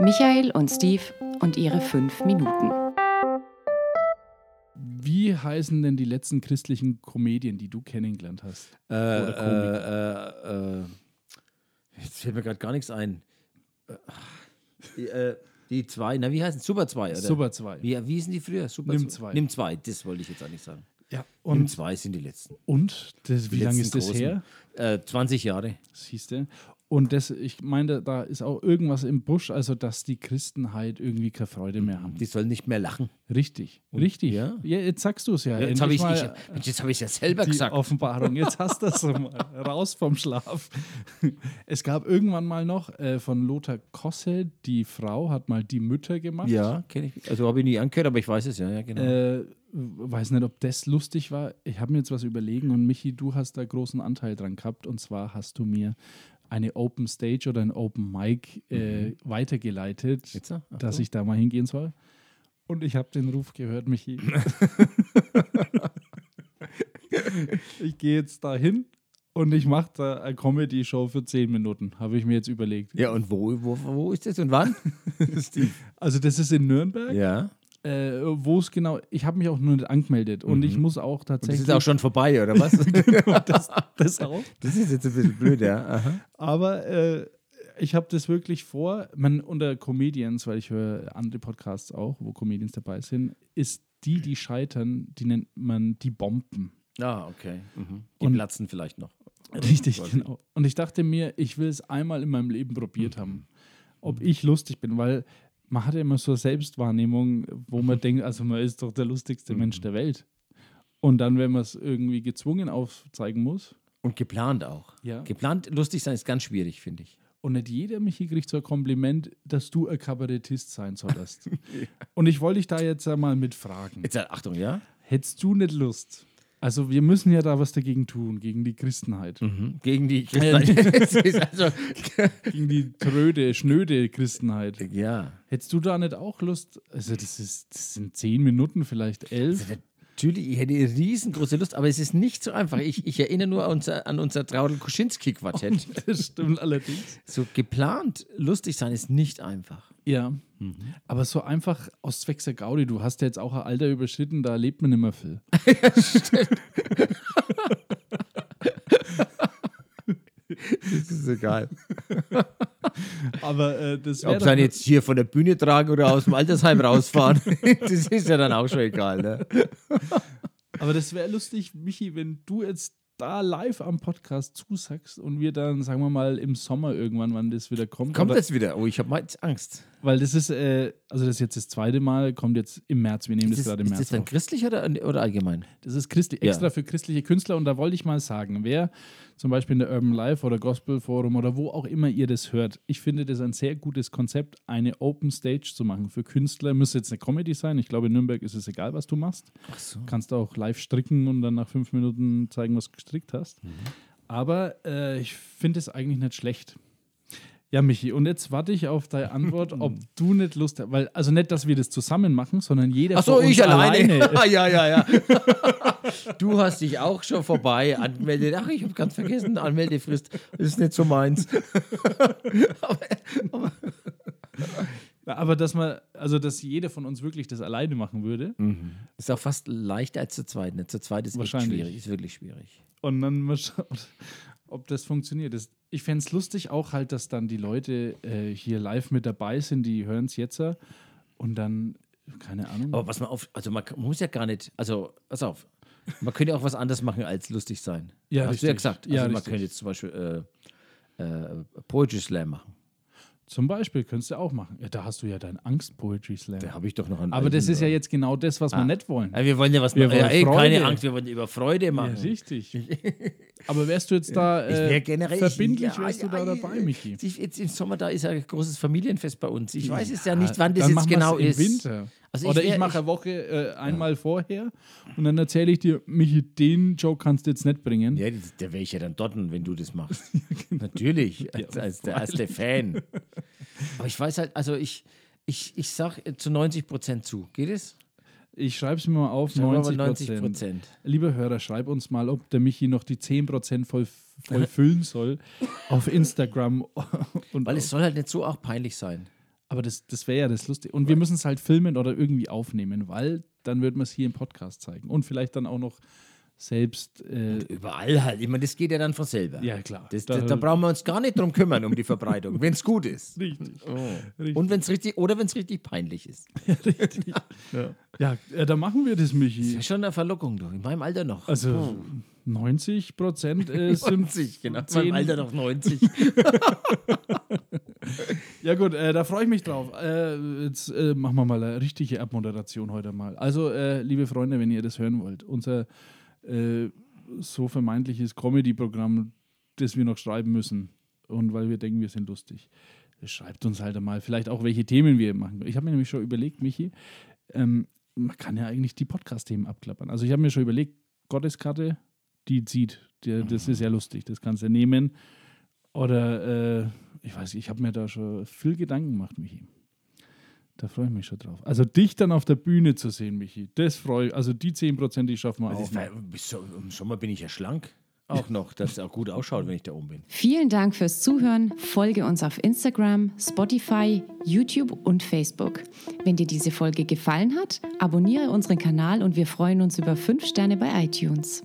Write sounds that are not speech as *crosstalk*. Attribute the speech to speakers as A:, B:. A: Michael und Steve und ihre fünf Minuten.
B: Wie heißen denn die letzten christlichen Komedien, die du kennengelernt hast?
C: Äh, äh, äh, äh, jetzt fällt mir gerade gar nichts ein. Die, äh, die zwei, na, wie heißen Super 2, oder?
B: Super 2.
C: Wie, wie hießen die früher? Super
B: Nimm
C: zwei.
B: zwei.
C: Nimm zwei, das wollte ich jetzt eigentlich sagen.
B: Ja,
C: Nimm
B: und,
C: zwei sind die letzten.
B: und das, wie
C: Die
B: lange
C: letzten
B: ist das
C: großen.
B: her?
C: Äh, 20 Jahre.
B: Das hieß der. Und das, ich meine, da ist auch irgendwas im Busch, also dass die Christen halt irgendwie keine Freude mehr haben.
C: Die sollen nicht mehr lachen.
B: Richtig, richtig.
C: Mhm. ja?
B: jetzt sagst du es ja.
C: jetzt
B: endlich
C: habe ich
B: mal äh,
C: es ja selber
B: die
C: gesagt.
B: Offenbarung. Jetzt hast du es
C: *laughs*
B: mal. Raus vom Schlaf. Es gab irgendwann mal noch äh, von Lothar Kosse, die Frau hat mal die Mütter gemacht.
C: Ja, kenne ich. Also habe ich nie angehört, aber ich weiß es ja. ja genau.
B: Äh, weiß nicht, ob das lustig war. Ich habe mir jetzt was überlegen und Michi, du hast da großen Anteil dran gehabt. Und zwar hast du mir eine Open Stage oder ein Open Mic äh, weitergeleitet,
C: Mhm. Jetzt, ach so.
B: dass ich da mal hingehen soll. Und ich habe den Ruf gehört,
C: *laughs*
B: Michi. ich gehe jetzt da hin und ich mache da eine Comedy-Show für 10 Minuten, habe ich mir jetzt überlegt.
C: ja, und wo, wo, wo ist das
B: *laughs*
C: und wann?
B: Also das ist in Nürnberg,
C: ja.
B: äh, wo es genau, ich habe mich auch nur nicht angemeldet und ich muss auch
C: Mhm. Und das
B: tatsächlich... *laughs*
C: ist auch schon vorbei, oder was?
B: das, das auch.
C: das ist jetzt ein bisschen blöd, ja. Aha.
B: Aber äh, ich habe das wirklich vor, man unter Comedians, weil ich höre andere Podcasts auch, wo Comedians dabei sind, ist die, die scheitern, die nennt man die Bomben.
C: Ah, okay. Mhm. Die
B: Und-
C: platzen vielleicht noch.
B: Richtig, genau. Und ich dachte mir, ich will es einmal in meinem Leben probiert haben, ob ich lustig bin, weil man hat ja immer so eine Selbstwahrnehmung, wo man denkt, also man ist doch der lustigste Mensch der Welt. Und dann, wenn man es irgendwie gezwungen aufzeigen muss,
C: Und geplant auch.
B: Ja.
C: Geplant lustig sein ist ganz schwierig, finde ich.
B: Und nicht jeder, Michi, kriegt so ein Kompliment, dass du ein Kabarettist sein *laughs* solltest. Und ich wollte dich da jetzt einmal mit fragen.
C: Jetzt halt, Achtung, ja?
B: Hättest du nicht Lust? Also wir müssen ja da was dagegen tun, gegen die Christenheit.
C: Mhm. Gegen die *laughs* Es ist also,
B: Gegen die tröde, schnöde Christenheit.
C: ja.
B: Hättest du da nicht auch Lust? Also das, ist, das sind zehn Minuten, vielleicht *laughs* elf.
C: Natürlich, ich hätte riesengroße Lust, aber es ist nicht so einfach. Ich, ich erinnere nur an unser, an unser Traudel-Kuschinski-Quartett.
B: Das stimmt allerdings.
C: So geplant lustig sein ist nicht einfach.
B: Ja, aber so einfach aus Zwecks der Gaudi, du hast ja jetzt auch ein Alter überschritten, da lebt man immer viel.
C: Das ist egal.
B: Aber äh, das
C: Ob
B: wäre
C: sie einen jetzt hier von der Bühne tragen oder aus dem Altersheim *laughs* rausfahren, das ist ja dann auch schon egal. Ne?
B: Aber das wäre lustig, Michi, wenn du jetzt da live am Podcast zusagst und wir dann, sagen wir mal, im Sommer irgendwann, wann das wieder kommt.
C: Kommt
B: oder,
C: das wieder? Oh, ich habe jetzt Angst.
B: Weil das ist, äh, also das ist jetzt das zweite Mal, kommt jetzt im März. Wir nehmen das,
C: Ist das,
B: gerade im
C: ist das
B: März.
C: dann
B: auf.
C: christlich oder, oder allgemein?
B: das ist christlich,
C: Ja.
B: extra für christliche Künstler. Und da wollte ich mal sagen, wer zum Beispiel in der Urban Life oder Gospel Forum oder wo auch immer ihr das hört, ich finde das ein sehr gutes Konzept, eine Open Stage zu machen für Künstler. Müsste jetzt eine Comedy sein. Ich glaube, in Nürnberg ist es egal, was du machst.
C: Ach so.
B: kannst auch live stricken und dann nach fünf Minuten zeigen, was du gestrickt hast.
C: Mhm.
B: Aber äh, ich finde es eigentlich nicht schlecht. Ja, Michi, und jetzt warte ich auf deine Antwort,
C: *laughs*
B: ob du nicht Lust hast, weil, also nicht, dass wir das zusammen machen, sondern jeder
C: Ach so,
B: von uns
C: ich alleine. *laughs*
B: alleine.
C: ja, ja, ja. du hast dich auch schon vorbei angemeldet. Ach, ich habe ganz vergessen, Anmeldefrist Das ist nicht so meins.
B: Aber dass man, also dass jeder von uns wirklich das alleine machen würde
C: Mhm. Ist auch fast leichter als zu zweit. Ne? Zu zweit ist echt
B: Wahrscheinlich.
C: schwierig. Ist wirklich schwierig.
B: und dann mal schaut, ob das funktioniert. Das, ich fände es lustig auch halt, dass dann die Leute äh, hier live mit dabei sind, die hören es jetzt äh, und dann, keine Ahnung.
C: Aber was man auf, also man kann- man muss ja gar nicht, also pass auf, man könnte ja auch was anderes machen als lustig sein.
B: Ja,
C: Hast du ja
B: richtig.
C: gesagt. Also
B: Ja,
C: man
B: richtig.
C: könnte jetzt zum Beispiel äh, äh, Poetry Slam machen.
B: Zum Beispiel könntest du auch machen. Ja, da hast du ja deinen Angst-Poetry Slam.
C: Da habe ich doch noch einen.
B: Aber das ist ja jetzt genau das, was
C: Ah.
B: wir nicht wollen.
C: Wir wollen ja was
B: Wir
C: machen. Ja,
B: wollen
C: ey, keine
B: Freude.
C: Angst, wir wollen über Freude machen. *laughs*
B: richtig. Aber wärst du jetzt da
C: Ich
B: äh,
C: wär generell,
B: verbindlich,
C: ja,
B: wärst du
C: ja,
B: da dabei, Michi?
C: Ich, jetzt im Sommer, da ist ja ein großes Familienfest bei uns. Ich weiß es ja nicht, wann
B: Äh, Dann
C: das jetzt
B: machen wir's
C: genau
B: im
C: ist.
B: Winter.
C: Also ich
B: Oder
C: wär-
B: ich mache
C: ich-
B: eine Woche äh, einmal vorher und dann erzähle ich dir, Michi, den Joke kannst du jetzt nicht bringen.
C: Ja, das- da wäre ich ja dann dort, wenn du das machst.
B: *laughs* genau.
C: Natürlich, als, als, der, als der Fan. Aber ich weiß halt, also ich, ich, ich sag äh, zu 90 Prozent zu. Geht es?
B: Ich schreibe es mir mal auf,
C: Sagen wir mal
B: 90 Prozent.
C: Prozent.
B: Lieber Hörer, schreib uns mal, ob der Michi noch die 10% voll,
C: *laughs*
B: voll füllen soll auf Instagram. Und
C: Weil es soll halt nicht so auch peinlich sein.
B: Aber das, das wäre ja das Lustige. Und wir müssen es halt filmen oder irgendwie aufnehmen, weil dann würden wir es hier im Podcast zeigen. Und vielleicht dann auch noch selbst. Äh,
C: Überall halt. Ich meine, das geht ja dann von selber.
B: Ja, klar.
C: Das,
B: Da-
C: da, da brauchen wir uns gar nicht drum kümmern, um die Verbreitung, wenn es gut
B: *laughs*
C: ist.
B: richtig.
C: Und wenn es richtig, oder wenn es richtig peinlich ist.
B: richtig. ja. äh, da machen wir das,
C: Das
B: Michi.
C: ist schon eine Verlockung, du. In meinem Alter noch.
B: Also 90 Prozent
C: *laughs*
B: äh, sind
C: 90, Hm. genau. In
B: 10.
C: meinem Alter noch *laughs* 90.
B: Ja gut, äh, da freue ich mich drauf. Äh, jetzt äh, machen wir mal eine richtige Abmoderation heute mal. Also, äh, liebe Freunde, wenn ihr das hören wollt, unser äh, so vermeintliches Comedy-Programm, das wir noch schreiben müssen und weil wir denken, wir sind lustig, schreibt uns halt mal vielleicht auch, welche Themen wir machen. Ich habe mir nämlich schon überlegt, Michi, ähm, man kann ja eigentlich die Podcast-Themen abklappern. Also ich habe mir schon überlegt, Gotteskarte, die zieht. Der, das
C: Mhm.
B: ist ja lustig, das kannst du nehmen. Oder äh, ich weiß, ich habe mir da schon viel Gedanken gemacht, Michi. Da freue ich mich schon drauf. Also dich dann auf der Bühne zu sehen, Michi, das freue ich. Also die 10%, die schaffen wir
C: Das
B: auch.
C: ist,
B: noch.
C: weil, bis so, Im Sommer bin ich ja schlank. Auch noch, dass es auch gut ausschaut, wenn ich da oben bin.
A: Vielen Dank fürs Zuhören. Folge uns auf Instagram, Spotify, YouTube und Facebook. Wenn dir diese Folge gefallen hat, abonniere unseren Kanal und wir freuen uns über 5 Sterne bei iTunes.